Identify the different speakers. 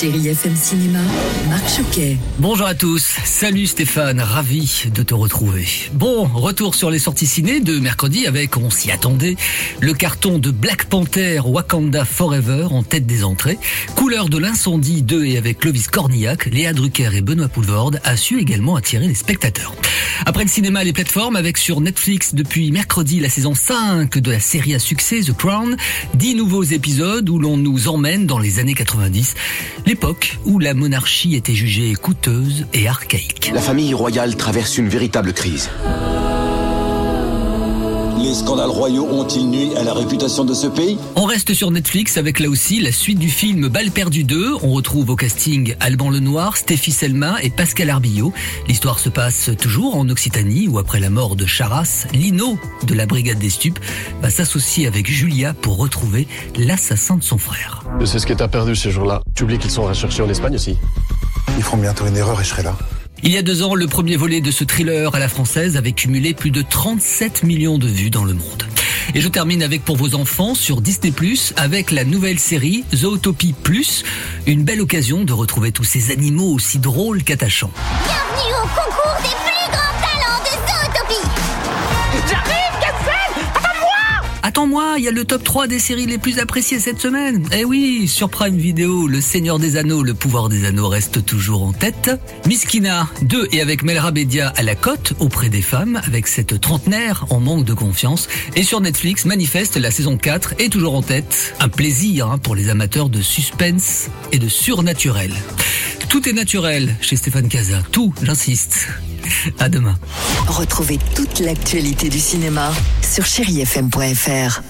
Speaker 1: Chérie FM Cinéma, Marc Choquet.
Speaker 2: Bonjour à tous, salut Stéphane, ravi de te retrouver. Bon, retour sur les sorties ciné de mercredi avec, on s'y attendait, le carton de Black Panther Wakanda Forever en tête des entrées, Couleur de l'incendie 2 et avec Clovis Cornillac, Léa Drucker et Benoît Poulvorde a su également attirer les spectateurs. Après le cinéma, les plateformes avec sur Netflix depuis mercredi la saison 5 de la série à succès The Crown, 10 nouveaux épisodes où l'on nous emmène dans les années 90, l'époque où la monarchie était jugée coûteuse et archaïque.
Speaker 3: La famille royale traverse une véritable crise.
Speaker 4: Les scandales royaux ont-ils nui à la réputation de ce pays
Speaker 2: On reste sur Netflix avec là aussi la suite du film Balle perdue 2. On retrouve au casting Alban Lenoir, Stéphie Selma et Pascal Arbillot. L'histoire se passe toujours en Occitanie où après la mort de Charas, Lino de la brigade des stupes va s'associer avec Julia pour retrouver l'assassin de son frère.
Speaker 5: Je sais ce que t'as perdu ces jours-là. Tu oublies qu'ils sont recherchés en Espagne aussi.
Speaker 6: Ils feront bientôt une erreur et je serai là.
Speaker 2: Il y a deux ans, le premier volet de ce thriller à la française avait cumulé plus de 37 millions de vues dans le monde. Et je termine avec pour vos enfants sur Disney Plus avec la nouvelle série Zootopie Plus, une belle occasion de retrouver tous ces animaux aussi drôles qu'attachants.
Speaker 7: Bienvenue au concours des plus grands talents de Zootopie
Speaker 2: Attends-moi, il y a le top 3 des séries les plus appréciées cette semaine. Eh oui, sur Prime Video, Le Seigneur des Anneaux, Le Pouvoir des Anneaux reste toujours en tête. Miskina 2 et avec Melra Bedia à la cote auprès des femmes, avec cette trentenaire en manque de confiance. Et sur Netflix, Manifeste, la saison 4 est toujours en tête. Un plaisir hein, pour les amateurs de suspense et de surnaturel. Tout est naturel chez Stéphane Casa. Tout, j'insiste. À demain.
Speaker 1: Retrouvez toute l'actualité du cinéma sur chérifm.fr.